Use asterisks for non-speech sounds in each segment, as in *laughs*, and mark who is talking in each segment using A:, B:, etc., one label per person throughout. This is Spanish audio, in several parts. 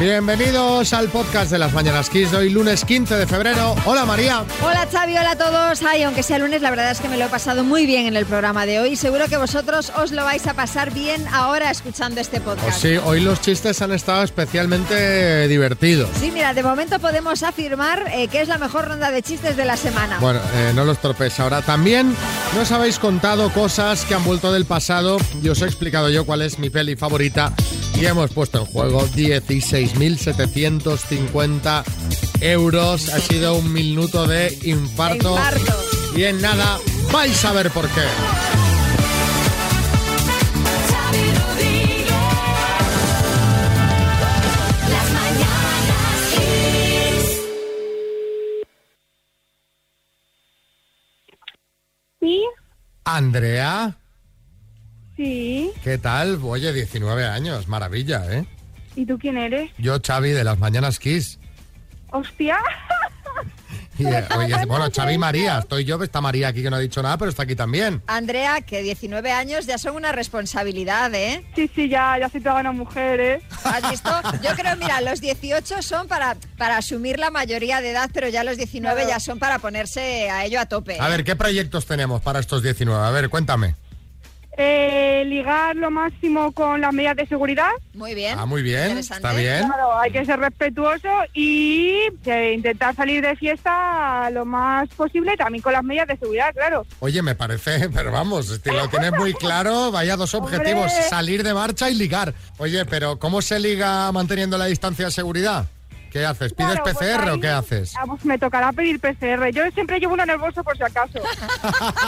A: Bienvenidos al podcast de las Mañanas Kiss de hoy lunes 15 de febrero. Hola María.
B: Hola Xavi, hola a todos. Ay, aunque sea lunes, la verdad es que me lo he pasado muy bien en el programa de hoy. Seguro que vosotros os lo vais a pasar bien ahora escuchando este podcast.
A: Pues sí, hoy los chistes han estado especialmente divertidos.
B: Sí, mira, de momento podemos afirmar eh, que es la mejor ronda de chistes de la semana.
A: Bueno, eh, no los torpes. Ahora también nos habéis contado cosas que han vuelto del pasado y os he explicado yo cuál es mi peli favorita y hemos puesto en juego 16.750 euros. Ha sido un minuto de infarto.
B: Infarto.
A: Y en nada, vais a ver por qué.
C: Xavi Rodríguez, las mañanas Kiss.
D: Sí,
A: Andrea,
D: sí.
A: ¿qué tal? Oye, 19 años, maravilla, ¿eh?
D: ¿Y tú quién eres?
A: Yo, Xavi, de las Mañanas Kiss.
D: ¡Hostia! *laughs*
A: Y, eh, oye, bueno, Xavi y María, estoy yo, está María aquí que no ha dicho nada, pero está aquí también.
B: Andrea, que 19 años ya son una responsabilidad, ¿eh?
D: Sí, sí, ya, ya soy toda una mujer, ¿eh?
B: ¿Has visto? Yo creo, mira, los 18 son para, para asumir la mayoría de edad, pero ya los 19 ya son para ponerse a ello a tope.
A: A ver, ¿qué proyectos tenemos para estos 19? A ver, cuéntame.
D: Eh, ligar lo máximo con las medidas de seguridad.
B: Muy bien.
A: Ah, muy bien,
B: Interesante.
A: está bien.
D: Claro, hay que ser respetuoso y eh, intentar salir de fiesta lo más posible, también con las medidas de seguridad, claro.
A: Oye, me parece, *laughs* pero vamos, si lo tienes muy claro, vaya dos objetivos,
D: Hombre.
A: salir de marcha y ligar. Oye, pero ¿cómo se liga manteniendo la distancia de seguridad? ¿Qué haces? ¿Pides
D: Claro, pues
A: PCR o
D: ahí-
A: qué haces?
D: Ah, pues me tocará pedir PCR. Yo siempre llevo uno en el bolso por si
A: *laughs*
D: acaso.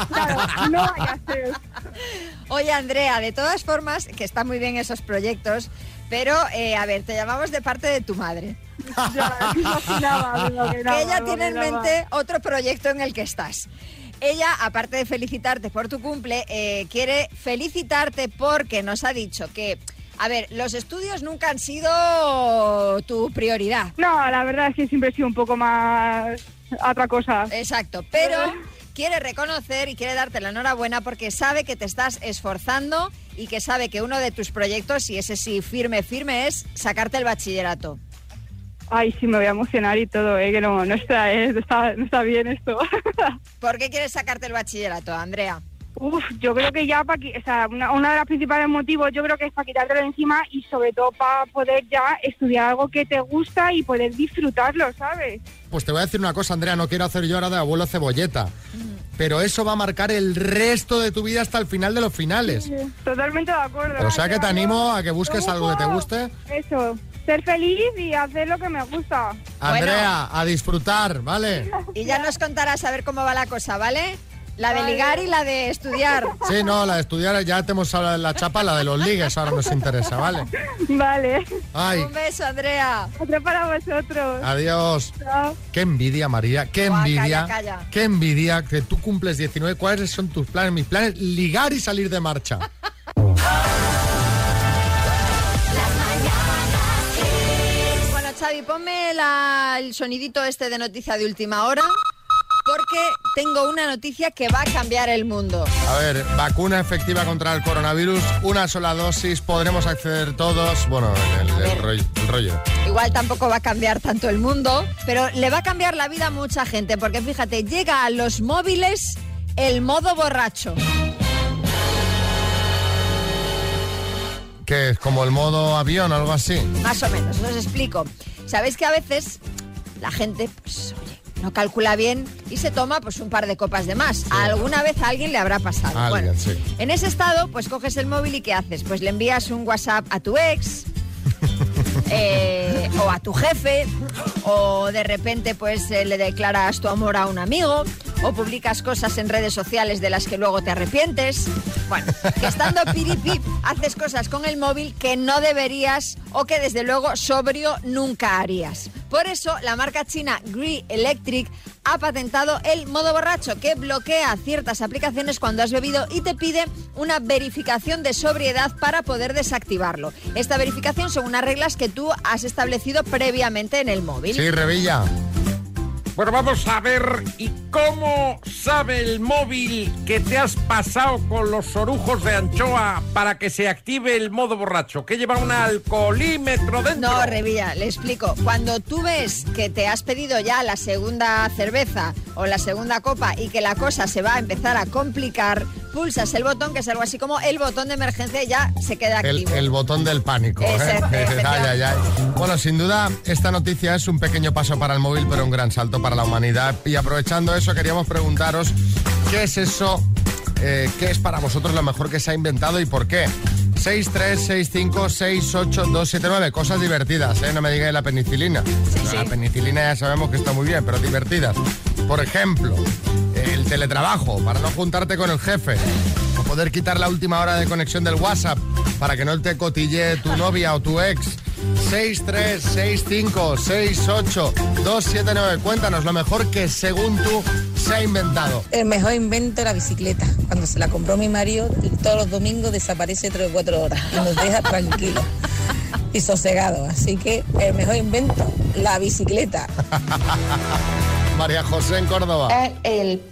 D: claro, no vaya a ser.
B: Oye, Andrea, de todas formas, que están muy bien esos proyectos, pero, eh, a ver, te llamamos de parte de tu madre.
D: Ya, *laughs* me imaginaba, me imaginaba,
B: que ella
D: me
B: tiene en
D: imaginaba.
B: mente otro proyecto en el que estás. Ella, aparte de felicitarte por tu cumple, eh, quiere felicitarte porque nos ha dicho que, a ver, los estudios nunca han sido tu prioridad.
D: No, la verdad es que siempre he sido un poco más a otra cosa.
B: Exacto, pero quiere reconocer y quiere darte la enhorabuena porque sabe que te estás esforzando y que sabe que uno de tus proyectos, y ese sí firme, firme, es sacarte el bachillerato.
D: Ay, sí, me voy a emocionar y todo, ¿eh? que no, no, está, eh, no está, no está bien esto. *laughs*
B: ¿Por qué quieres sacarte el bachillerato, Andrea?
D: Uf, yo creo que ya, para o sea, una, uno de los principales motivos yo creo que es para quitártelo encima y sobre todo para poder ya estudiar algo que te gusta y poder disfrutarlo, ¿sabes?
A: Pues te voy a decir una cosa, Andrea, no quiero hacer yo ahora de abuelo cebolleta, pero eso va a marcar el resto de tu vida hasta el final de los finales.
D: Totalmente de acuerdo.
A: O sea que te animo a que busques algo que te guste.
D: Eso, ser feliz y hacer lo que me gusta. *laughs*
A: Andrea, a disfrutar, ¿vale?
B: Y ya nos contarás a ver cómo va la cosa, ¿vale? La de ligar y la de estudiar.
A: Sí, no, la de estudiar ya te hemos hablado en la chapa, la de los ligues ahora nos interesa, ¿vale?
D: Vale, *laughs*
A: Ay,
B: Un beso, Andrea.
D: otro para vosotros.
A: Ah. adiós.
D: Chao.
A: Qué envidia, María, qué
B: Buah,
A: envidia.
B: calla, calla.
A: Qué envidia que tú cumples 19. ¿Cuáles son tus planes? Mis planes, ligar y salir de marcha.
B: Bueno, Xavi, ponme la- el sonidito este de noticia de última hora, porque tengo una noticia que va a cambiar el mundo.
A: A ver, vacuna efectiva contra el coronavirus, una sola dosis, podremos acceder todos. Bueno, el, el- el
B: ver.
A: rollo, el rollo.
B: Igual tampoco va a cambiar tanto el mundo, pero le va a cambiar la vida a mucha gente, porque fíjate, llega a los móviles el modo borracho.
A: Que es como el modo avión, algo así.
B: Más o menos, os explico. Sabéis que a veces la gente, pues, oye, no calcula bien y se toma pues un par de copas de más. Alguna vez a alguien le habrá pasado.
A: A alguien, sí.
B: En ese estado, pues coges el móvil y ¿qué haces? Pues le envías un WhatsApp a tu ex. eh, o a tu jefe, o de repente pues eh, le declaras tu amor a un amigo, o publicas cosas en redes sociales de las que luego te arrepientes. Bueno, que estando piripip haces cosas con el móvil que no deberías o que desde luego sobrio nunca harías. Por eso la marca china Gree Electric ha patentado el modo borracho que bloquea ciertas aplicaciones cuando has bebido y te pide una verificación de sobriedad para poder desactivarlo. Esta verificación son unas reglas que tú has establecido previamente en el móvil.
A: Sí, Revilla.
E: Bueno, vamos a ver, ¿y cómo sabe el móvil que te has pasado con los orujos de anchoa para que se active el modo borracho? Que lleva un alcoholímetro dentro.
B: No, Revilla, le explico. Cuando tú ves que te has pedido ya la segunda cerveza o la segunda copa y que la cosa se va a empezar a complicar, pulsas el botón que es algo así como el botón de emergencia y ya se queda
A: El,
B: activo.
A: el botón del pánico. ¿eh?
B: Ese, efectivamente.
A: *laughs* Ay, ay, ay. Bueno, sin duda, esta noticia es un pequeño paso para el móvil, pero un gran salto para la humanidad. Y aprovechando eso, queríamos preguntaros qué es eso, eh, qué es para vosotros lo mejor que se ha inventado y por qué. 636568279, cosas divertidas, ¿eh? no me digáis la penicilina. La penicilina ya sabemos que está muy bien, pero divertidas. Por ejemplo, el teletrabajo, para no juntarte con el jefe. O poder quitar la última hora de conexión del WhatsApp para que no te cotille tu novia o tu ex. 636568279. Cuéntanos lo mejor que según tú se ha inventado.
F: El mejor invento la bicicleta. Cuando se la compró mi marido, todos los domingos desaparece 3 o 4 horas y nos deja tranquilos y sosegados. Así que el mejor invento, la bicicleta.
A: María José en Córdoba.
G: Ah.
H: Es el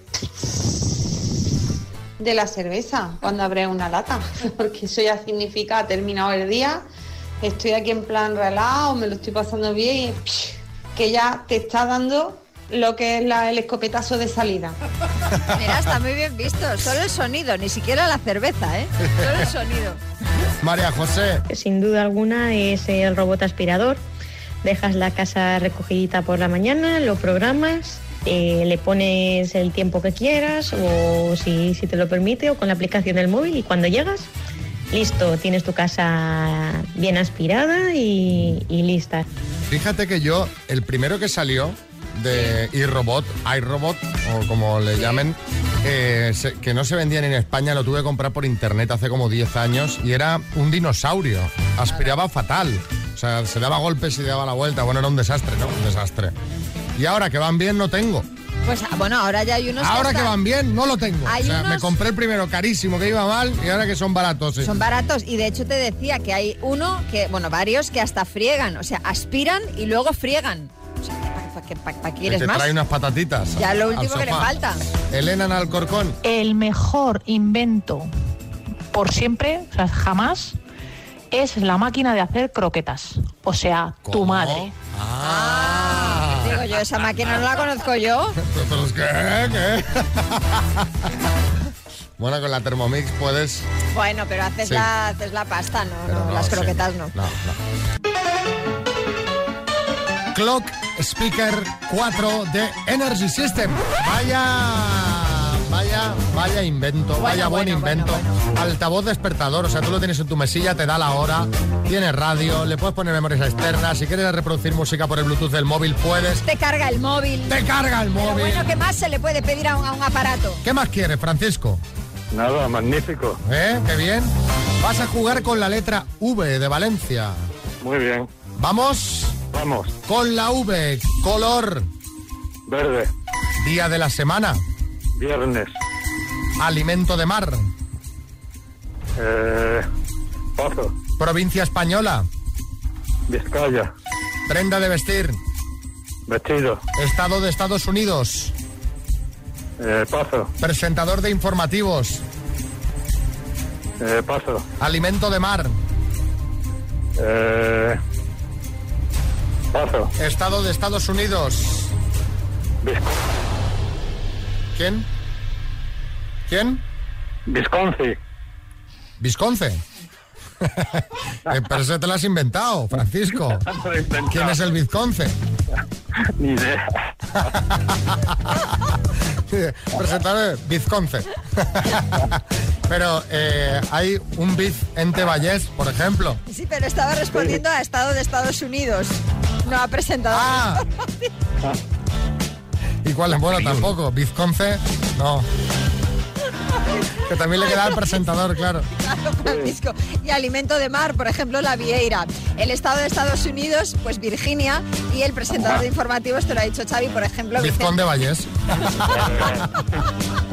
H: de la cerveza cuando abre una lata, *laughs* porque eso ya significa ha terminado el día, estoy aquí en plan relajado, me lo estoy pasando bien y que ya te está dando lo que es la- el escopetazo de salida.
B: Mira, está muy bien visto. Solo el sonido, ni siquiera la cerveza, ¿eh? Solo el sonido.
A: María José.
I: Sin duda alguna es el robot aspirador. Dejas la casa recogidita por la mañana, lo programas, eh, le pones el tiempo que quieras o si, si te lo permite o con la aplicación del móvil y cuando llegas, listo, tienes tu casa bien aspirada y, y lista.
A: Fíjate que yo, el primero que salió de iRobot, iRobot, o como le llamen, eh, se- que no se vendía ni en España, lo tuve que comprar por internet hace como 10 años y era un dinosaurio. Aspiraba fatal. O sea, se daba golpes y daba la vuelta. Bueno, era un desastre, ¿no? Un desastre. Y ahora que van bien, no tengo.
B: Pues ah, bueno, ahora ya hay unos.
A: ahora que
B: están-
A: van bien, no lo tengo.
B: Hay
A: O sea, me
B: unos-
A: compré el primero carísimo que iba mal y ahora que son baratos. sí.
B: Son baratos y de hecho te decía que hay uno que, bueno, varios que hasta friegan, o sea, aspiran y luego friegan. O sea, ¿para qué
A: Que
B: quieres
A: te
B: más?
A: trae unas patatitas.
B: Ya lo
A: al
B: último que le
A: sofá.
B: falta.
A: Elena en Alcorcón.
J: El mejor invento por siempre, o sea, jamás, es la máquina de hacer croquetas. O sea, tu
A: ¿Cómo?
J: madre.
A: Ah.
B: Digo yo, esa máquina no la conozco yo.
A: ¿Nosotros qué? ¿Qué? *laughs* bueno, con la Thermomix puedes...
B: Bueno, pero haces,
A: Sí.
B: la, haces la pasta, no,
A: pero
B: no, las
A: sí.
B: croquetas no.
A: No, no. Clock Speaker 4 de Energy System. Vaya... Vaya, vaya invento, vaya buen
B: bueno, bueno,
A: invento.
B: bueno.
A: Altavoz despertador, o sea, tú lo tienes en tu mesilla, te da la hora, tiene radio, le puedes poner memorias externas, si quieres reproducir música por el Bluetooth del móvil, puedes.
B: Te carga el móvil.
A: Te carga el
B: Pero
A: móvil.
B: bueno, ¿qué más se le puede pedir a un, a un aparato?
A: ¿Qué más quieres, Francisco?
K: Nada, magnífico.
A: ¿Eh? Qué bien. Vas a jugar con la letra V de Valencia.
K: Muy bien.
A: Vamos
K: Vamos.
A: con la V. Color.
K: Verde.
A: Día de la semana.
K: Viernes.
A: Alimento de mar.
K: Eh, Pozo.
A: Provincia española.
K: Vizcaya.
A: Prenda de vestir.
K: Vestido.
A: Estado de Estados Unidos.
K: Eh, Pozo.
A: Presentador de informativos.
K: Eh, Pozo.
A: Alimento de mar.
K: Eh, Pozo.
A: Estado de Estados Unidos.
K: Vis-
A: ¿Quién? ¿Quién?
K: Visconti.
A: Visconce. *laughs* Eh, Pero eso te lo has inventado, Francisco.
K: Lo he inventado.
A: ¿Quién es el Vizconce?
K: *laughs* Ni idea.
A: *laughs* Presentador Vizconce. *laughs* Pero eh, hay un Biz en Teballés, por ejemplo.
B: Sí, pero estaba respondiendo a Estado de Estados Unidos. No ha presentado.
A: ¡Ah!
K: *laughs*
A: ¿Y cuál es? Bueno, tampoco. Vizconce, no. Que también le queda al presentador, claro.
B: Claro, *laughs* Francisco. Y alimento de mar, por ejemplo, la Vieira. El estado de Estados Unidos, pues Virginia. Y el presentador de informativos, te lo ha dicho Xavi, por ejemplo,
A: Vizcón
B: Vicente.
A: de Vallés. *laughs*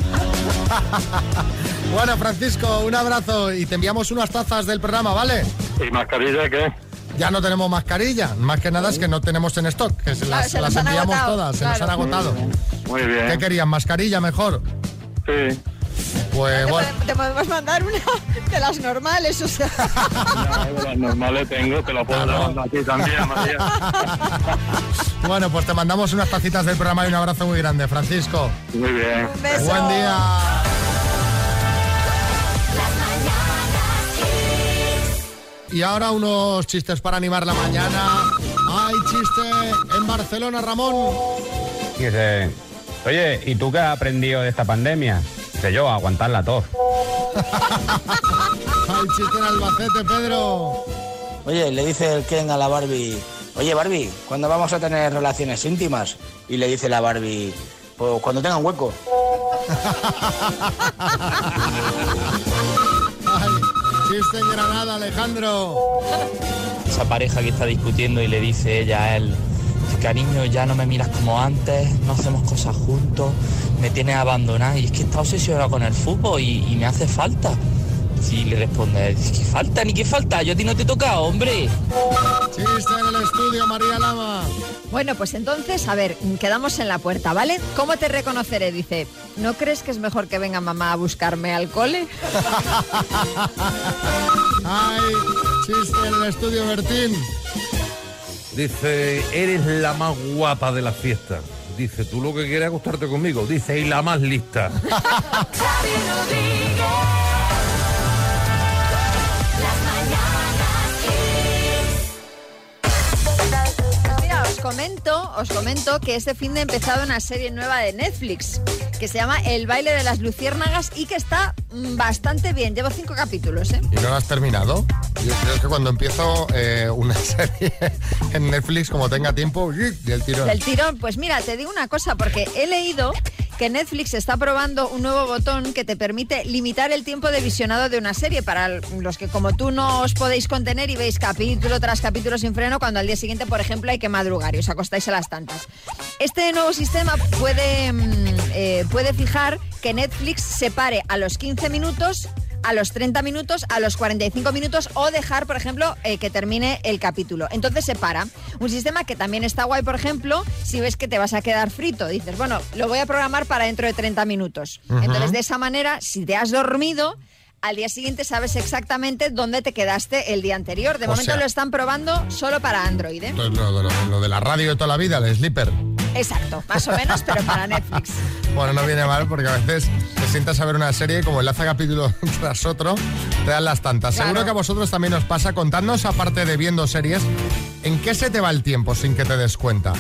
A: Bueno, Francisco, un abrazo y te enviamos unas tazas del programa, ¿vale?
K: ¿Y mascarilla qué?
A: ya no tenemos mascarilla. Más que nada es que no tenemos en stock, que se las,
B: se
A: las
B: nos han
A: enviamos
B: agotado,
A: todas, se
B: claro.
A: nos han agotado.
K: Muy
A: ¿Qué
K: bien.
A: querían? ¿Mascarilla mejor?
K: Sí.
A: Pues
B: Te,
A: bueno,
B: podemos- te podemos mandar una de las normales, o sea.
K: No, de las normales tengo, te lo puedo
A: Claro.
K: dar a ti también, María.
A: bueno, pues te mandamos unas tacitas del programa y un abrazo muy grande, Francisco.
G: *laughs*
K: Muy bien.
B: Un beso.
A: Buen día. Y ahora unos chistes para animar la mañana. ¡Hay chiste en Barcelona, Ramón!
L: Dice, oye, ¿y tú qué has aprendido de esta pandemia? Dice yo, aguantar la tos.
A: ¡Hay chiste en Albacete, Pedro!
M: Oye, le dice el Ken a la Barbie, oye Barbie, ¿cuándo vamos a tener relaciones íntimas? Y le dice la Barbie, pues cuando tengan hueco.
A: ¡Ay, chiste en Granada, Alejandro!
N: esa pareja que está discutiendo y le dice ella a él, cariño, ya no me miras como antes, no hacemos cosas juntos, me tienes abandonada y es que está obsesionado con el fútbol y, y me hace falta. Y le responde, ¿qué falta? Ni qué falta, yo a ti no te toca, hombre.
A: ¡Chiste en el estudio, María Lama!
B: Bueno, pues entonces, a ver, quedamos en la puerta, ¿vale? ¿Cómo te reconoceré? Dice, ¿no crees que es mejor que venga mamá a buscarme al cole?
A: ¡Ay, chiste en el estudio, Bertín!
E: Dice, eres la más guapa de la fiesta. Dice, tú lo que quieres es acostarte conmigo. Dice, y la más lista.
C: Xavi Rodríguez. Las mañanas Kiss.
B: Mira, os comento, os comento que este fin de he empezado una serie nueva de Netflix que se llama El baile de las luciérnagas y que está mm, bastante bien. Llevo cinco capítulos, ¿eh?
A: ¿Y no lo has terminado? Yo creo que cuando empiezo eh, una *laughs* serie en Netflix, como tenga tiempo, y el tirón.
B: Del tirón. Pues mira, te digo una cosa, porque he leído que Netflix está probando un nuevo botón que te permite limitar el tiempo de visionado de una serie para los que como tú no os podéis contener y veis capítulo tras capítulo sin freno cuando al día siguiente, por ejemplo, hay que madrugar y os acostáis a las tantas. Este nuevo sistema puede, mm, eh, puede fijar que Netflix separe a los 15 minutos a los 30 minutos, a los 45 minutos o dejar, por ejemplo, eh, que termine el capítulo. Entonces se para. Un sistema que también está guay, por ejemplo, si ves que te vas a quedar frito, dices, bueno, lo voy a programar para dentro de 30 minutos.
A: Ujú.
B: Entonces, de esa manera, si te has dormido... Al día siguiente sabes exactamente dónde te quedaste el día anterior. De
A: O
B: momento
A: sea-
B: lo están probando solo para Android. ¿eh?
A: Lo, lo- lo- lo de la radio de toda la vida, el sleeper.
B: Exacto, más o menos, pero
A: *laughs*
B: para Netflix.
A: Bueno, no viene mal porque a veces te sientas a ver una serie y como enlaza capítulo *laughs* tras otro, te dan las tantas.
B: Claro.
A: Seguro que a vosotros también os pasa. Contadnos, aparte de viendo series, ¿en qué se te va el tiempo sin que te des cuenta?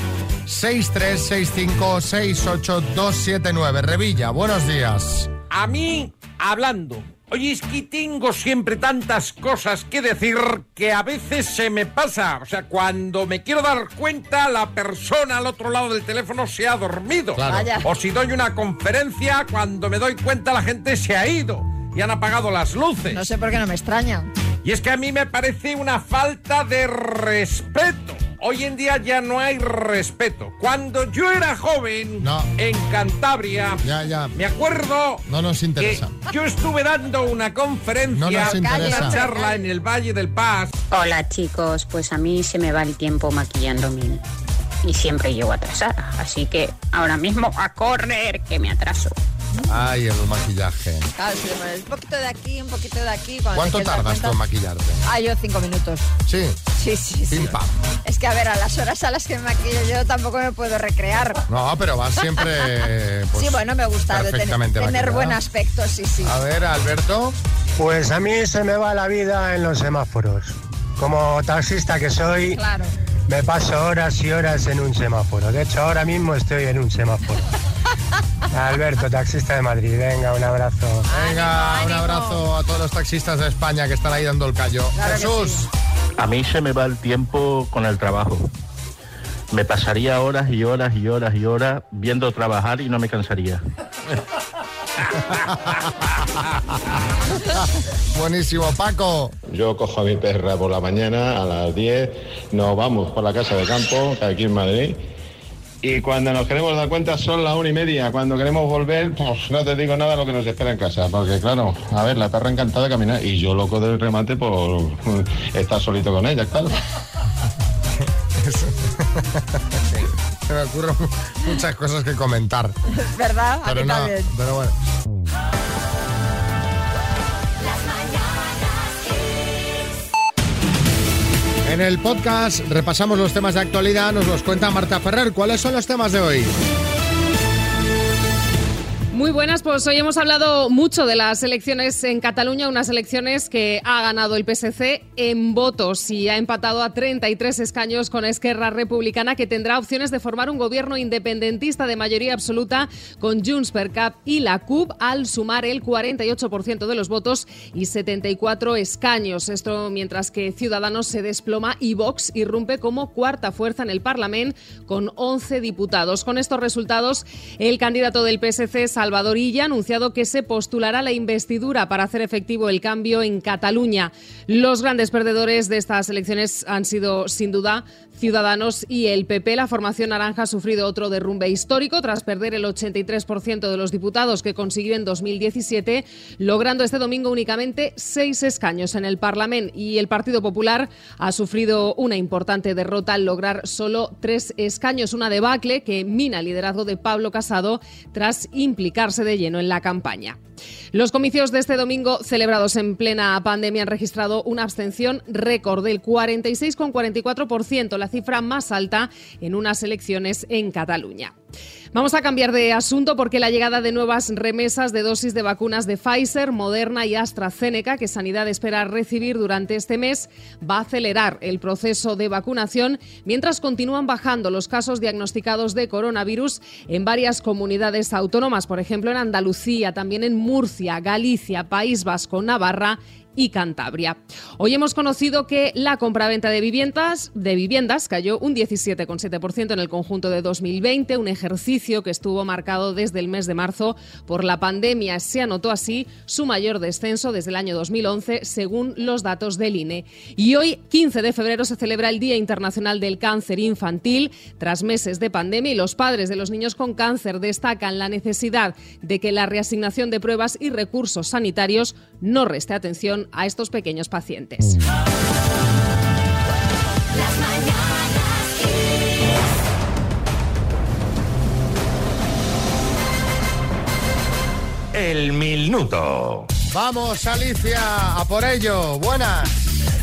A: 636568279. Revilla, buenos días.
E: A mí, hablando. Oye, es que tengo siempre tantas cosas que decir que a veces se me pasa. O sea, cuando me quiero dar cuenta, la persona al otro lado del teléfono se ha dormido.
A: Claro.
B: Vaya.
E: O si doy una conferencia, cuando me doy cuenta, la gente se ha ido y han apagado las luces.
B: No sé por qué no me extraña.
E: Y es que a mí me parece una falta de respeto. Hoy en día ya no hay respeto. Cuando yo era joven
A: No.
E: en Cantabria,
A: Ya, ya.
E: me acuerdo
A: No nos
E: que
A: interesa.
E: yo estuve dando una
A: No
E: conferencia,
A: nos
E: una
A: interesa.
E: charla en el Valle del Paz.
O: Hola chicos, pues a mí se me va el tiempo maquillándome y siempre llego atrasada, así que ahora mismo a correr que me atraso.
A: Ay, el maquillaje.
B: Claro, sí, bueno, un poquito de aquí, un poquito de aquí. cuando
A: ¿Cuánto
B: te quieres dar
A: tardas tú
B: cuenta-
A: en maquillarte?
B: Ah, yo cinco minutos.
A: Sí,
B: Sí, sí, sí.
A: pim pam.
B: Es que a ver, a las horas a las que me maquillo yo tampoco me puedo recrear.
A: No, pero vas siempre.
B: *laughs*
A: pues,
B: sí, bueno, me gusta de tener,
A: perfectamente
B: tener
A: maquillada. Ah.
B: buen aspecto, sí, sí.
A: A ver, Alberto.
P: Pues a mí se me va la vida en los semáforos. Como taxista que soy,
B: Claro.
P: me paso horas y horas en un semáforo. De hecho, ahora mismo estoy en un
A: *laughs*
P: semáforo. Alberto, taxista de Madrid, venga, un abrazo.
A: Venga,
B: Ánimo, ánimo.
A: un abrazo a todos los taxistas de España que están ahí dando el callo.
B: Claro que
A: Jesús,
B: sí.
Q: A mí se me va el tiempo con el trabajo. Me pasaría horas y horas y horas y horas viendo trabajar y no me cansaría.
A: *laughs* buenísimo, Paco.
R: Yo cojo a mi perra por la mañana a las 10, nos vamos por la casa de campo, que aquí en Madrid, y cuando nos queremos dar cuenta son las una y media. Cuando queremos volver, pues, no te digo nada lo que nos espera en casa, porque claro, a *laughs*
A: *laughs*
R: ver, la perra encantada de caminar y yo loco del remate por estar solito con ella, claro.
A: Se me ocurren muchas cosas que comentar.
B: ¿Verdad? A
A: Pero,
B: mí
A: no,
B: también.
A: pero bueno. En el podcast repasamos los temas de actualidad, nos los cuenta Marta Ferrer. ¿Cuáles son los temas de hoy?
G: Muy buenas, pues hoy hemos hablado mucho de las elecciones en Cataluña, unas elecciones que ha ganado el PSC en votos y ha empatado a 33 escaños con Esquerra Republicana, que tendrá opciones de formar un gobierno independentista de mayoría absoluta con Junts per Cap y la CUP al sumar el 48% de los votos y 74 escaños. Esto mientras que Ciudadanos se desploma y Vox irrumpe como cuarta fuerza en el Parlamento con 11 diputados. Con estos resultados, el candidato del PSC, Salvador Illa, ha anunciado que se postulará a la investidura para hacer efectivo el cambio en Cataluña. Los grandes perdedores de estas elecciones han sido, sin duda, Ciudadanos y el PP. La formación naranja ha sufrido otro derrumbe histórico tras perder el 83% de los diputados que consiguió en 2017, logrando este domingo únicamente seis escaños en el Parlamento. Y el Partido Popular ha sufrido una importante derrota al lograr solo tres escaños, una debacle que mina el liderazgo de Pablo Casado tras implicarse de lleno en la campaña. Los comicios de este domingo, celebrados en plena pandemia, han registrado una abstención récord del 46,44%, la cifra más alta en unas elecciones en Cataluña. Vamos a cambiar de asunto porque la llegada de nuevas remesas de dosis de vacunas de Pfizer, Moderna y AstraZeneca, que Sanidad espera recibir durante este mes, va a acelerar el proceso de vacunación mientras continúan bajando los casos diagnosticados de coronavirus en varias comunidades autónomas, por ejemplo en Andalucía, también en Murcia, Galicia, País Vasco, Navarra y Cantabria. Hoy hemos conocido que la compraventa de viviendas, de viviendas cayó un 17,7% en el conjunto de 2020, un ejercicio que estuvo marcado desde el mes de marzo por la pandemia. Se anotó así su mayor descenso desde el año 2011, según los datos del INE. Y hoy, 15 de febrero, se celebra el Día Internacional del Cáncer Infantil. Tras meses de pandemia y los padres de los niños con cáncer destacan la necesidad de que la reasignación de pruebas y recursos sanitarios no reste atención a estos pequeños pacientes.
E: El minuto.
A: Vamos, Alicia, a por ello. Buenas.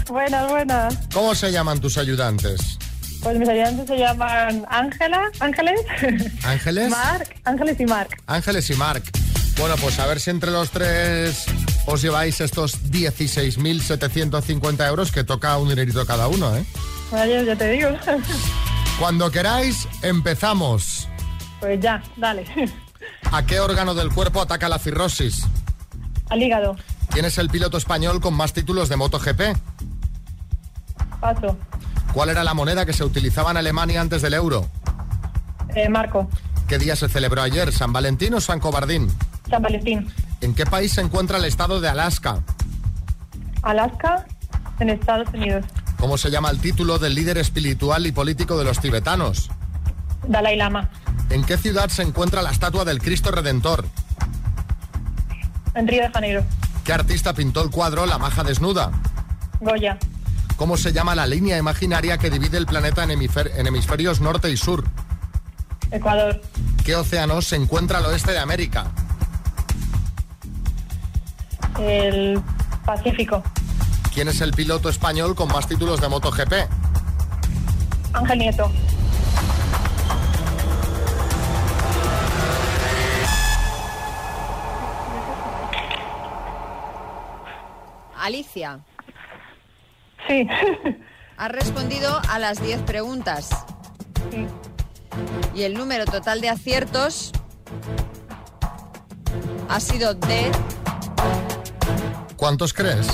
S: Buenas, buenas.
A: ¿Cómo se llaman tus ayudantes?
S: Pues mis ayudantes se llaman Ángela, Ángeles, *laughs*
A: ¿Ángeles?
S: Marc, Ángeles y Marc.
A: Ángeles y Marc. Bueno, pues a ver si entre los tres os lleváis estos 16.750 euros que toca un dinerito cada uno, ¿eh?
S: Bueno, ya te digo.
A: *laughs* Cuando queráis, empezamos.
S: Pues ya, dale.
A: ¿A qué órgano del cuerpo ataca la cirrosis?
S: Al hígado,
A: ¿Quién es el piloto español con más títulos de MotoGP?
S: paso.
A: ¿Cuál era la moneda que se utilizaba en Alemania antes del euro?
S: Eh, Marco,
A: ¿Qué día se celebró ayer, San Valentín o San Cobardín?
S: San Valentín,
A: ¿En qué país se encuentra el estado de Alaska?
S: Alaska, en Estados Unidos.
A: ¿Cómo se llama el título del líder espiritual y político de los tibetanos?
S: Dalai Lama,
A: ¿En qué ciudad se encuentra la estatua del Cristo Redentor?
S: en Río de Janeiro.
A: ¿Qué artista pintó el cuadro La Maja Desnuda?
S: Goya,
A: ¿Cómo se llama la línea imaginaria que divide el planeta en, hemifer- en hemisferios norte y sur?
S: Ecuador,
A: ¿Qué océano se encuentra al oeste de América?
S: el Pacífico.
A: ¿Quién es el piloto español con más títulos de MotoGP?
S: Ángel Nieto,
B: Alicia.
S: Sí. *laughs*
B: Has respondido a las 10 preguntas. Y el número total de aciertos ha sido de...
A: ¿Cuántos crees?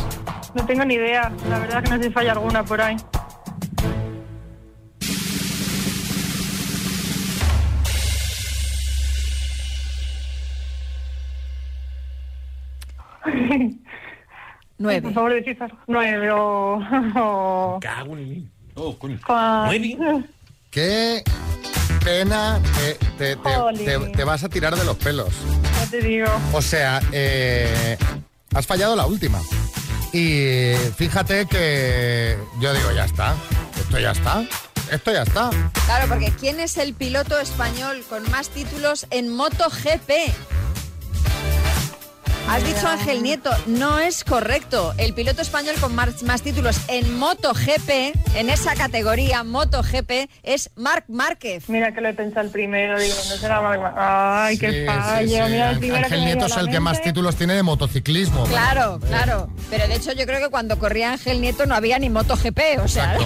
S: No tengo ni idea, la verdad que no sé si falla alguna por ahí.
B: Nueve.
S: Por favor, decís algo. eh, Nueve o... o-
T: Oh,
S: Juan.
A: Qué pena que te, te- te-
S: Jolín.
A: te vas a tirar de los pelos.
S: *laughs* Ya te digo.
A: O sea, eh, has fallado la última. Y fíjate que yo digo, ya está, esto ya está. Esto ya está.
B: Claro, porque ¿quién es el piloto español con más títulos en MotoGP? Has dicho Ángel Nieto, no es correcto. El piloto español con más, más títulos en MotoGP, en esa categoría MotoGP, es Marc Márquez.
D: Mira que lo he pensado el primero, digo, no será Marc Ay,
A: Sí, sí,
D: qué fallo.
A: sí.
D: Mira, el
A: Ángel
D: primero que me
A: Nieto
D: dio
A: es
D: la
A: el que
D: mente.
A: más títulos tiene de motociclismo.
B: Claro, claro. Pero de hecho yo creo que cuando corría Ángel Nieto no había ni MotoGP, o sea.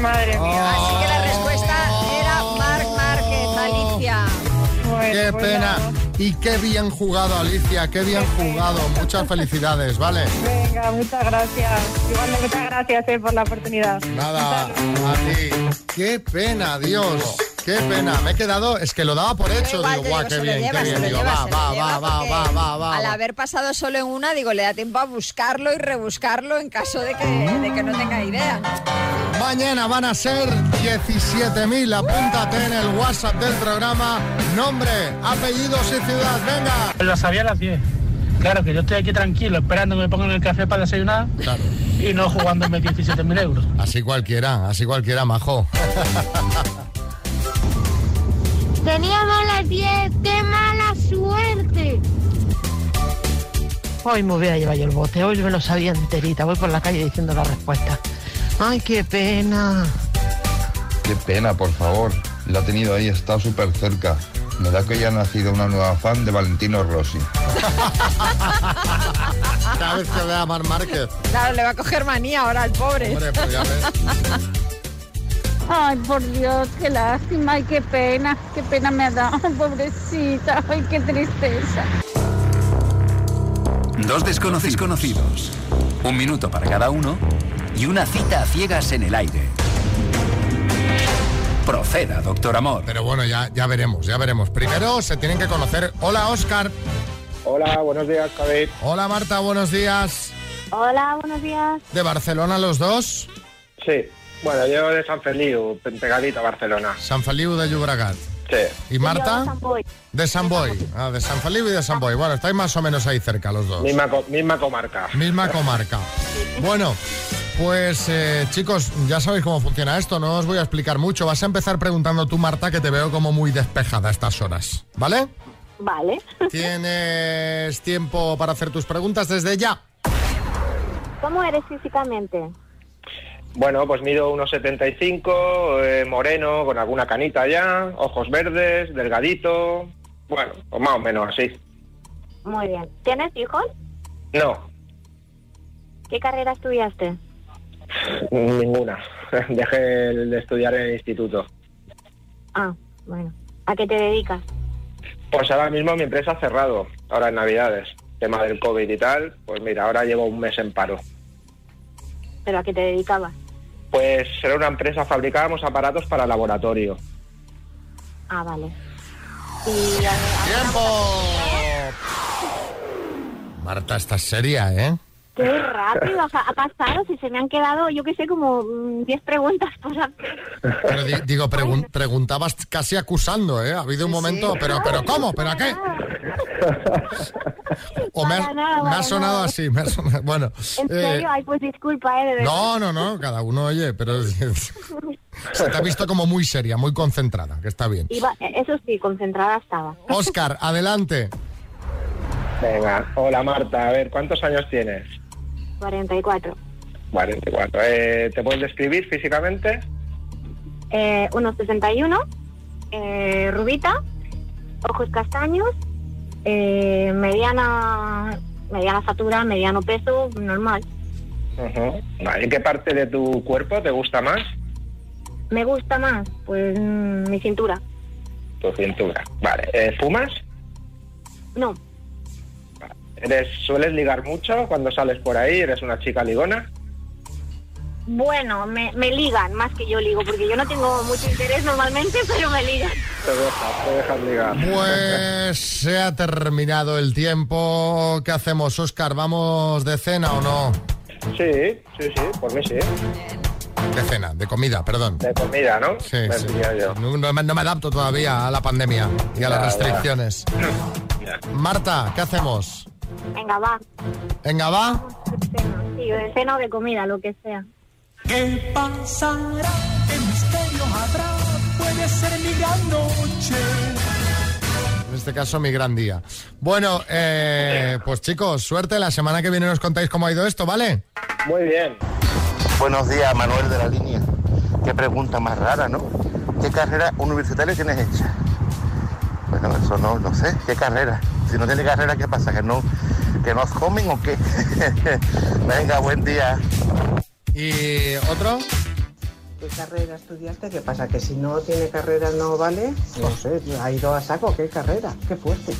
D: Madre mía.
B: Así que la respuesta era Marc Márquez, Alicia.
A: Oh,
B: Pues,
A: qué
S: pues
A: pena. Y qué bien jugado, Alicia, qué bien jugado. Muchas felicidades, ¿vale?
D: Venga, muchas gracias. Igualmente, muchas gracias eh, por la oportunidad.
A: Nada, a ti. Qué pena, Dios. Qué pena. Me he quedado, es que lo daba por hecho.
B: igual,
A: digo,
B: yo
A: guau,
B: digo,
A: qué
B: se lo
A: bien,
B: lleva,
A: qué
B: se
A: bien.
B: lo
A: Digo,
B: lleva,
A: va,
B: se lo
A: va,
B: lleva,
A: va, va,
B: porque
A: va, va, va.
B: Al haber pasado solo en una, digo, le da tiempo a buscarlo y rebuscarlo en caso de que, de que no tenga idea.
A: Mañana van a ser 17.000. Apúntate en el WhatsApp del programa. Nombre, apellidos y ciudad. Venga.
U: Lo sabía a las 10. Claro que yo estoy aquí tranquilo, esperando que me pongan el café para desayunar y no jugándome 17.000 euros.
A: Así cualquiera, así cualquiera, majo.
V: Teníamos las 10, qué mala suerte.
W: Hoy me hubiera llevado yo el bote, hoy me lo sabía enterita, voy por la calle diciendo la respuesta. Ay, qué pena.
X: Qué pena, por favor. La ha tenido ahí, está súper cerca. Me da que ya ha nacido una nueva fan de Valentino Rossi.
A: Cada vez que vea a Mar Márquez.
B: Claro, le va a coger manía ahora al pobre.
A: Hombre, pues ya ves.
V: Ay, por Dios, qué lástima y qué pena, qué pena me ha dado, *laughs* pobrecita, ay, qué tristeza.
T: Dos desconocidos conocidos. Un minuto para cada uno y una cita a ciegas en el aire. Proceda, doctor Amor.
A: Pero bueno, ya, ya veremos, ya veremos. Primero se tienen que conocer. Hola, Oscar. Hola, buenos días, Javier. Hola, Marta, buenos días.
Y: Hola, buenos días.
A: ¿De Barcelona los dos?
Y: Sí. Bueno, yo de San Feliu, pe- pegadito a Barcelona.
A: San Feliu de Llobregat.
Y: Sí.
A: ¿Y Marta? De San Boi. Ah, de San Feliu y de San Boi. Bueno, estáis más o menos ahí cerca los dos.
Y: Misma, co- misma comarca.
A: Misma comarca. Bueno, pues eh, chicos, ya sabéis cómo funciona esto, no os voy a explicar mucho. Vas a empezar preguntando tú, Marta, que te veo como muy despejada a estas horas, ¿vale?
Y: Vale.
A: Tienes tiempo para hacer tus preguntas desde ya.
Y: ¿Cómo eres físicamente? Bueno, pues mido unos 75, eh, moreno, con alguna canita ya, ojos verdes, delgadito. Bueno, o más o menos así.
V: Muy bien. ¿Tienes hijos?
Y: No,
V: ¿Qué carrera estudiaste?
Y: ninguna. *laughs* Dejé el de estudiar en el instituto.
V: Ah, bueno. ¿A qué te dedicas?
Y: Pues ahora mismo mi empresa ha cerrado, ahora en Navidades. Tema del COVID y tal, pues mira, ahora llevo un mes en paro.
V: ¿Pero a qué te dedicabas?
Y: Pues era una empresa, fabricábamos aparatos para laboratorio.
V: Ah, vale.
A: ¡Tiempo! Marta, estás seria, ¿eh?
V: Qué rápido ha, ha pasado, si se me han quedado, yo qué sé, como mm, 10 preguntas por hacer.
A: Pero di- digo, pregun- preguntabas casi acusando, ¿eh? Ha habido un momento, pero, pero ¿cómo? ¿Pero a qué? O me ha,
V: Para nada,
A: me ha
V: para
A: sonado
V: nada.
A: así, me ha sonado- Bueno.
V: En
A: eh,
V: serio, ay, pues disculpa, eh, de verdad.
A: No, no, no, cada uno oye, pero *laughs* se te ha visto como muy seria, muy concentrada, que está bien.
V: Iba- eh, eso sí, concentrada estaba.
A: Oscar, adelante.
Y: Venga, hola Marta, a ver, ¿cuántos años tienes?
V: 44.
Y: 44. Eh, ¿Te puedes describir físicamente?
V: Eh, unos 61, eh, rubita, ojos castaños, eh, mediana, mediana estatura, mediano peso, normal.
Y: Ujú. Vale, ¿Qué parte de tu cuerpo te gusta más?
V: Me gusta más, pues, mm, mi cintura.
Y: Tu cintura. Vale, eh, ¿fumas?
V: No,
Y: ¿Eres, ¿Sueles ligar mucho cuando sales por ahí? ¿Eres una chica ligona?
V: bueno, me, me ligan más que yo ligo, porque yo no tengo mucho interés normalmente, *laughs* pero me ligan.
Y: Te dejas, te dejas ligar.
A: Pues se ha terminado el tiempo. ¿Qué hacemos, Oscar? ¿Vamos de cena o no?
Y: Sí, sí, sí, por mí sí.
A: De cena, de comida, perdón.
Y: De comida, ¿no?
A: Sí,
Y: Me
A: sí.
Y: pillado yo.
A: No, no me- no me adapto todavía a la pandemia y
Y: Ya,
A: a las
Y: ya.
A: restricciones. Marta, ¿qué hacemos?
V: Venga, va,
A: Venga, va.
V: sí, de cena o de comida, lo que sea.
C: ¿Qué pasará? ¿Qué misterio habrá? Puede ser mi gran noche.
A: En este caso, mi gran día. Bueno, eh, pues chicos, suerte. La semana que viene nos contáis cómo ha ido esto, ¿vale?
Y: Muy bien.
F: Buenos días, Manuel de la línea. Qué pregunta más rara, ¿no? ¿Qué carrera universitaria tienes hecha? Bueno, eso no, no sé. ¿Qué carrera? Si no tiene carrera, ¿qué pasa? ¿Que no, que no comen o qué? *laughs* Venga, buen día.
A: ¿Y otro?
H: ¿Qué carrera estudiaste? ¿Qué pasa? ¿Que si no tiene carrera no vale? No sé, ha ido a saco. ¿Qué carrera? ¡Qué fuerte!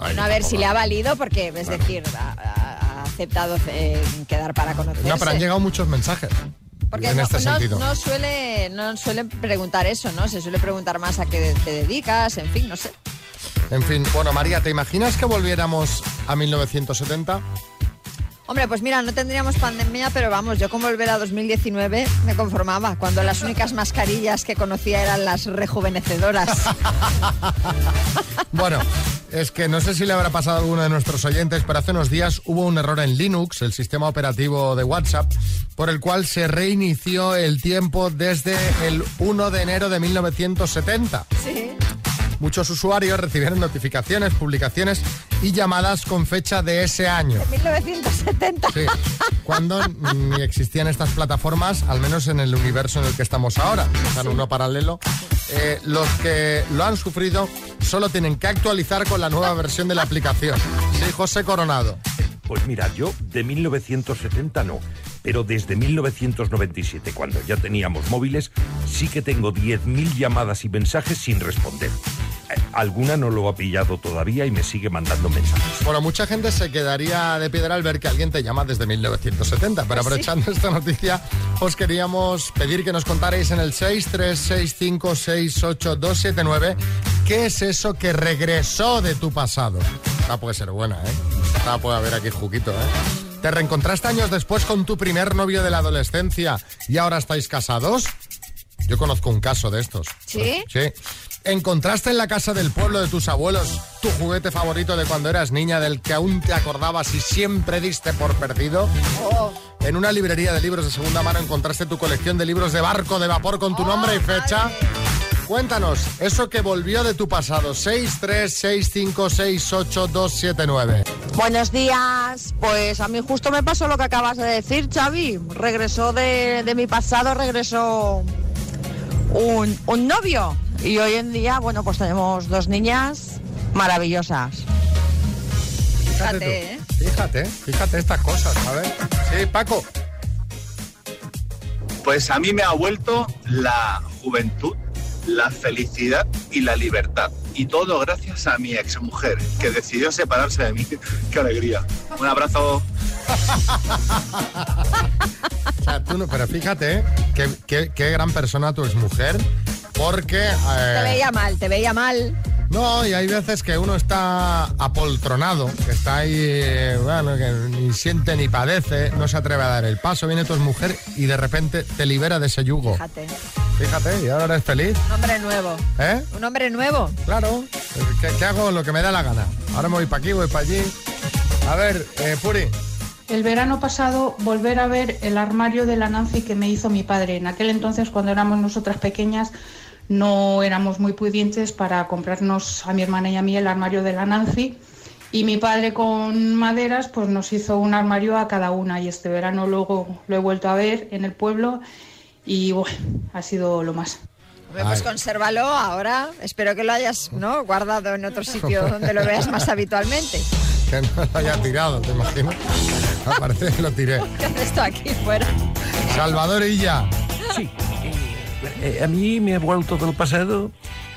B: Bueno, a ver si le ha valido, porque es decir, ha, ha- ha aceptado eh, quedar para conocerse.
A: No, pero han llegado muchos mensajes.
B: Porque
A: en
B: no,
A: este
B: no-
A: sentido.
B: no suele, no suelen preguntar eso, ¿no? Se suele preguntar más a qué te dedicas, en fin, no sé.
A: En fin, bueno, María, ¿te imaginas que volviéramos
B: *laughs*
A: a 1970?
B: Hombre, pues mira, no tendríamos pandemia, pero vamos, yo con volver a 2019 me conformaba, cuando las únicas mascarillas que conocía eran las rejuvenecedoras.
A: Bueno, es que no sé si le habrá pasado a alguno de nuestros oyentes, pero hace unos días hubo un error en Linux, el sistema operativo de WhatsApp, por el cual se reinició el tiempo desde el 1 de enero de 1970.
B: Sí.
A: Muchos usuarios recibieron notificaciones, publicaciones y llamadas con fecha de ese año.
B: 1970.
A: Sí, cuando ni existían estas plataformas, al menos en el universo en el que estamos ahora, están uno paralelo. Eh, los que lo han sufrido solo tienen que actualizar con la nueva versión de la aplicación. Sí, José Coronado.
E: Pues mira, yo de 1970 no, pero desde 1997, cuando ya teníamos móviles, sí que tengo 10.000 llamadas y mensajes sin responder. Eh, Alguna no lo ha pillado todavía y me sigue mandando mensajes.
A: Bueno, mucha gente se quedaría de piedra al ver que alguien te llama desde 1970, pero
E: Pues sí.
A: aprovechando esta noticia, os queríamos pedir que nos contarais en el 636568279 qué es eso que regresó de tu pasado. Esta puede ser buena, ¿eh? Esta puede haber aquí juguito, ¿eh? ¿Te reencontraste años después con tu primer novio de la adolescencia y ahora estáis casados? Yo conozco un caso de estos.
B: ¿Sí?
A: Sí. ¿Encontraste en la casa del pueblo de tus abuelos tu juguete favorito de cuando eras niña, del que aún te acordabas y siempre diste por perdido? En una librería de libros de segunda mano encontraste tu colección de libros de barco de vapor con tu nombre y fecha. Cuéntanos, eso que volvió de tu pasado, 636568279.
I: Buenos días. Pues a mí justo me pasó lo que acabas de decir, Xavi. Regresó de, de mi pasado, regresó un, un novio. Y hoy en día, bueno, pues tenemos dos niñas maravillosas.
A: Fíjate, Fíjate, fíjate estas cosas, ¿sabes? Sí, Paco.
J: Pues a mí me ha vuelto la juventud, la felicidad y la libertad. Y todo gracias a mi exmujer, que decidió separarse de mí. *laughs* ¡Qué alegría! Un abrazo.
A: O sea, tú no, pero fíjate ¿eh? qué, qué- qué gran persona tu exmujer, porque...
B: Te
A: eh,
B: veía mal, te veía mal.
A: No, y hay veces que uno está apoltronado, que está ahí, eh, bueno, que ni siente ni padece, no se atreve a dar el paso, viene tu mujer y de repente te libera de ese yugo.
B: Fíjate.
A: Fíjate, y ahora eres feliz,
B: Un hombre nuevo.
A: ¿eh?
B: Un hombre nuevo.
A: Claro. ¿Qué, qué hago? Lo que me da la gana. Ahora me voy para aquí, voy para allí. A ver, eh, Puri.
K: El verano pasado volver a ver el armario de la Nancy que me hizo mi padre. En aquel entonces, cuando éramos nosotras pequeñas, no éramos muy pudientes para comprarnos a mi hermana y a mí el armario de la Nancy. Y mi padre con maderas pues nos hizo un armario a cada una y este verano luego lo he vuelto a ver en el pueblo y bueno, ha sido lo más.
B: Hombre, Pues
K: Ay.
B: consérvalo ahora. Espero que lo hayas ¿no? guardado en otro sitio donde lo veas más habitualmente.
A: Que no lo haya tirado, te imagino. Aparte lo tiré.
B: ¿Qué haces esto aquí fuera?
A: Salvador Illa.
E: Sí. Eh, a mí me ha vuelto del pasado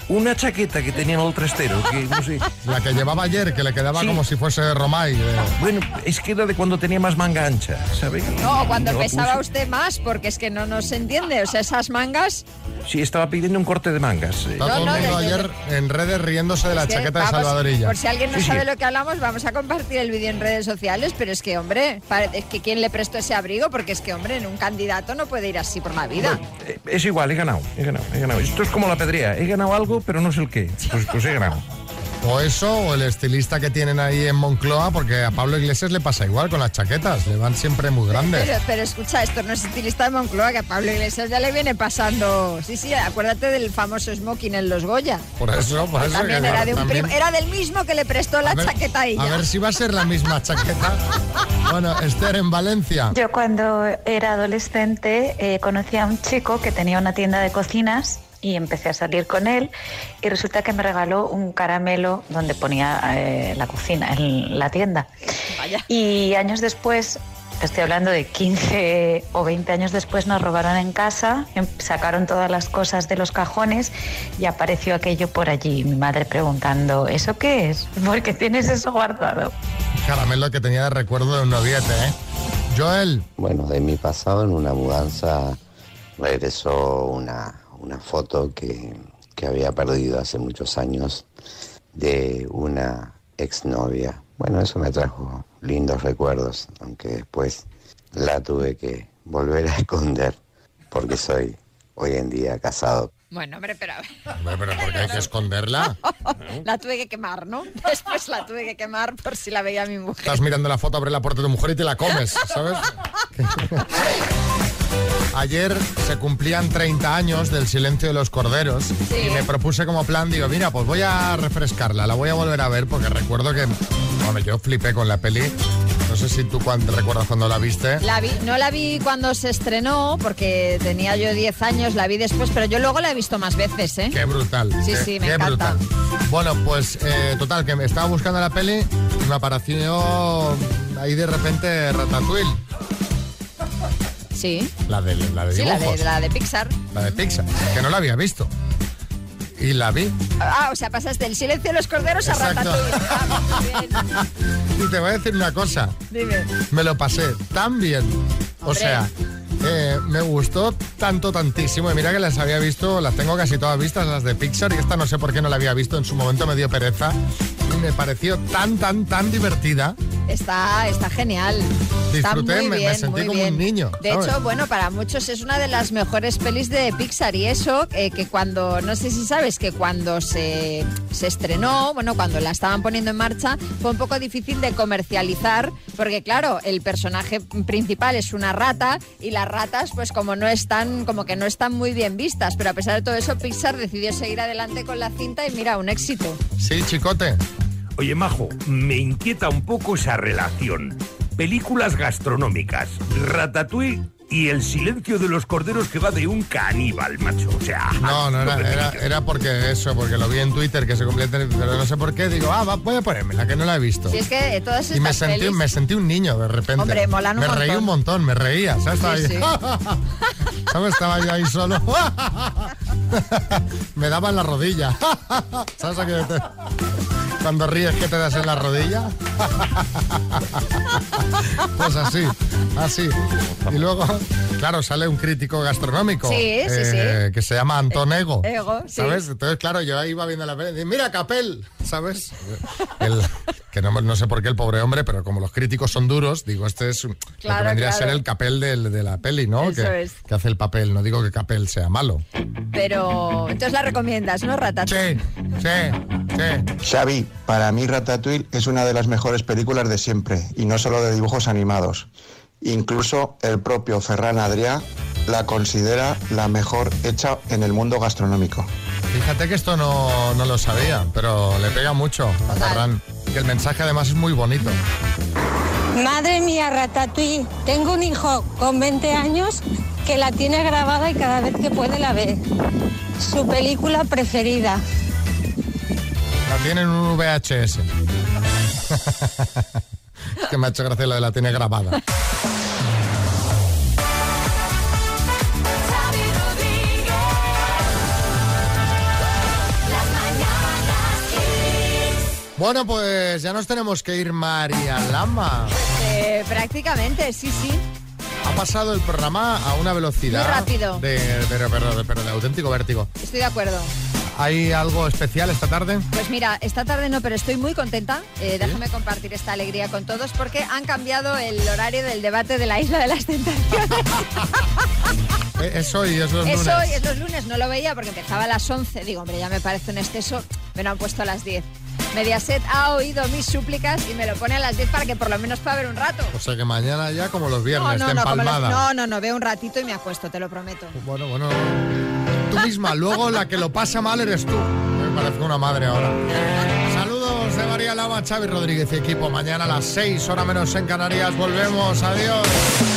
E: una chaqueta que tenía en el trastero, que no sé.
A: La que llevaba ayer, que le quedaba como si fuese de Romay.
E: Bueno, es que era de cuando tenía más manga ancha, ¿sabes?
B: No, cuando
E: Me la
B: pesaba
E: puse.
B: usted más, porque es que no nos entiende. O sea, esas mangas.
E: Sí, estaba pidiendo un corte de mangas. eh.
A: Está todo el mundo ayer en redes riéndose de la
B: es que
A: chaqueta de
B: vamos,
A: Salvadorilla.
B: Por si alguien no
A: Sí, sí.
B: sabe lo que hablamos, vamos a compartir el vídeo en redes sociales. Pero es que, hombre, pare- es que ¿quién le prestó ese abrigo? Porque es que, hombre, en un candidato no puede ir así por la vida.
E: Eh, Es igual, he ganado, he ganado, he ganado. Esto es como la pedrea. He ganado algo, pero no sé el qué. Pues, pues he ganado.
A: O eso, o el estilista que tienen ahí en Moncloa, porque a Pablo Iglesias le pasa igual con las chaquetas, le van siempre muy grandes.
B: Pero, pero escucha, esto no es estilista de Moncloa, que a Pablo Iglesias ya le viene pasando. Sí, sí, acuérdate del famoso smoking en los Goya.
A: Por eso, por
B: Que
A: eso.
B: También
A: que-
B: era de un
A: también-
B: primo, era del mismo que le prestó la
A: A ver-
B: chaqueta a ella.
A: A ver si va a ser la
B: *laughs*
A: misma chaqueta. Bueno, Esther en Valencia.
L: Yo cuando era adolescente eh, conocí a un chico que tenía una tienda de cocinas y empecé a salir con él y resulta que me regaló un caramelo donde ponía eh, la cocina, en la tienda. Y años después, te estoy hablando de 15 o 20 años después, nos robaron en casa, em- sacaron todas las cosas de los cajones y apareció aquello por allí. Mi madre preguntando, ¿eso qué es? ¿Por qué tienes eso guardado?
A: Caramelo que tenía de recuerdo de un noviete, ¿eh? Joel.
M: Bueno, de mi pasado en una mudanza regresó una, una foto que, que había perdido hace muchos años de una exnovia. Bueno, eso me trajo lindos recuerdos, aunque después la tuve que volver a esconder porque soy hoy en día casado.
B: Bueno, hombre, pero
A: Hombre, pero ¿por qué hay que esconderla?
B: la tuve que quemar, ¿no? *laughs* Después la tuve que quemar por si la veía mi mujer.
A: Estás mirando la foto, abre la puerta de tu mujer y te la comes, ¿sabes? Ayer se cumplían 30 años del silencio de los corderos y me propuse como plan, digo, mira, pues voy a refrescarla, la voy a volver a ver porque recuerdo que, bueno, yo flipé con la peli. No sé si tú cuan- recuerdas cuando la viste.
B: La vi- no la vi cuando se estrenó, porque tenía yo 10 años, la vi después, pero yo luego la he visto más veces, ¿eh?
A: Qué brutal.
B: Sí,
A: qué-
B: sí, me
A: qué
B: encanta.
A: brutal. Bueno, pues eh, total, que me estaba buscando la peli y me apareció ahí de repente Ratatouille,
B: Sí,
A: la de, la de
B: sí, la de,
A: dibujos.
B: la de Pixar.
A: La de Pixar, que no la había visto. Y la vi.
B: Ah, o sea, pasaste del silencio de los corderos a
A: Exacto.
B: Ratatouille. Ah, muy bien.
A: Y te voy a decir una cosa.
B: Dime.
A: Me lo pasé tan bien. O
B: Hombre.
A: sea, eh, me gustó tanto, tantísimo. Y mira que las había visto, las tengo casi todas vistas, las de Pixar. Y esta no sé por qué no la había visto. En su momento me dio pereza. Y me pareció tan, tan, tan divertida.
B: Está, está genial. está
A: Disfruté,
B: muy
A: me- me
B: bien,
A: sentí
B: muy
A: como
B: bien.
A: un niño,
B: De
A: ¿sabes?
B: hecho, bueno, para muchos es una de las mejores pelis de Pixar y eso, eh, que cuando, no sé si sabes, que cuando se, se estrenó, bueno, cuando la estaban poniendo en marcha, fue un poco difícil de comercializar, porque claro, el personaje principal es una rata y las ratas, pues como no están, como que no están muy bien vistas, pero a pesar de todo eso, Pixar decidió seguir adelante con la cinta y mira, un éxito.
A: Sí, chicote.
N: Oye, Majo, me inquieta un poco esa relación. Películas gastronómicas, Ratatouille y El silencio de los corderos que va de un caníbal, macho. O sea...
A: No, no, era, era, era porque eso, porque lo vi en Twitter que se completa, pero no sé por qué. Digo, ah, va, voy a ponerme la que no la he visto.
B: Si es que eh, todas estas
A: y me sentí,
B: pelis-
A: me sentí un niño de repente.
B: Hombre, molan un
A: Me reí
B: montón.
A: un montón, me reía. ¿Sabes? Estaba,
B: Sí,
A: ahí-
B: sí.
A: *laughs* ¿sabes? Estaba yo ahí solo. *laughs* me daban la rodilla. *laughs* ¿Sabes aquello que te- Cuando ríes que te das en la rodilla. *laughs* Pues así, así. Y luego, claro, sale un crítico gastronómico eh,
B: Sí, sí, sí. Eh,
A: que se llama Antonego.
B: Ego, sí.
A: ¿Sabes? Entonces, claro, yo ahí iba viendo la peli y dije, mira, Capel, ¿sabes? El- que no, no sé por qué el pobre hombre, pero como los críticos son duros, digo, este es un- lo que
B: Claro,
A: vendría a
B: claro.
A: ser el Capel del- de la peli, ¿no?
B: Eso
A: que,
B: es.
A: que hace el papel. No digo que Capel sea malo.
B: Pero entonces la recomiendas, ¿no, Ratatouille?
A: Sí, sí.
O: Xavi, para mí Ratatouille es una de las mejores películas de siempre, y no solo de dibujos animados. Incluso el propio Ferran Adrià la considera la mejor hecha en el mundo gastronómico.
A: Fíjate que esto no, no lo sabía, pero le pega mucho a Ferran. Que el mensaje además es muy bonito.
P: Madre mía, Ratatouille, tengo un hijo con 20 años que la tiene grabada y cada vez que puede la ve. Su película preferida.
A: La tiene en un VHS. *laughs* Es que me ha hecho gracia la de la tiene grabada. Bueno, pues ya nos tenemos que ir, María Lama.
B: Eh, prácticamente, sí, sí.
A: Ha pasado el programa a una velocidad.
B: Muy rápido.
A: De, pero, pero- pero de auténtico vértigo.
B: Estoy de acuerdo.
A: ¿Hay algo especial esta tarde?
B: Pues mira, esta tarde no, pero estoy muy contenta. Eh, Déjame compartir esta alegría con todos porque han cambiado el horario del debate de la Isla de las Tentaciones.
A: Eh, Es hoy, es los
B: es
A: Ah, lunes.
B: hoy, es los lunes, no lo veía porque empezaba a las 11. Digo, hombre, ya me parece un exceso, me lo han puesto a las 10. Mediaset ha oído mis súplicas y me lo pone a las 10 para que por lo menos pueda ver un rato.
A: O sea que mañana ya como los viernes,
B: no,
A: de
B: no, no, como los-
A: empalmada.
B: no, no, no, veo un ratito y me acuesto, te lo prometo.
A: Bueno, bueno. Tú misma, luego la que lo pasa mal eres tú. Me parece una madre ahora. Saludos de María Lava, Xavi Rodríguez y equipo. Mañana a las 6, hora menos en Canarias. Volvemos. Adiós.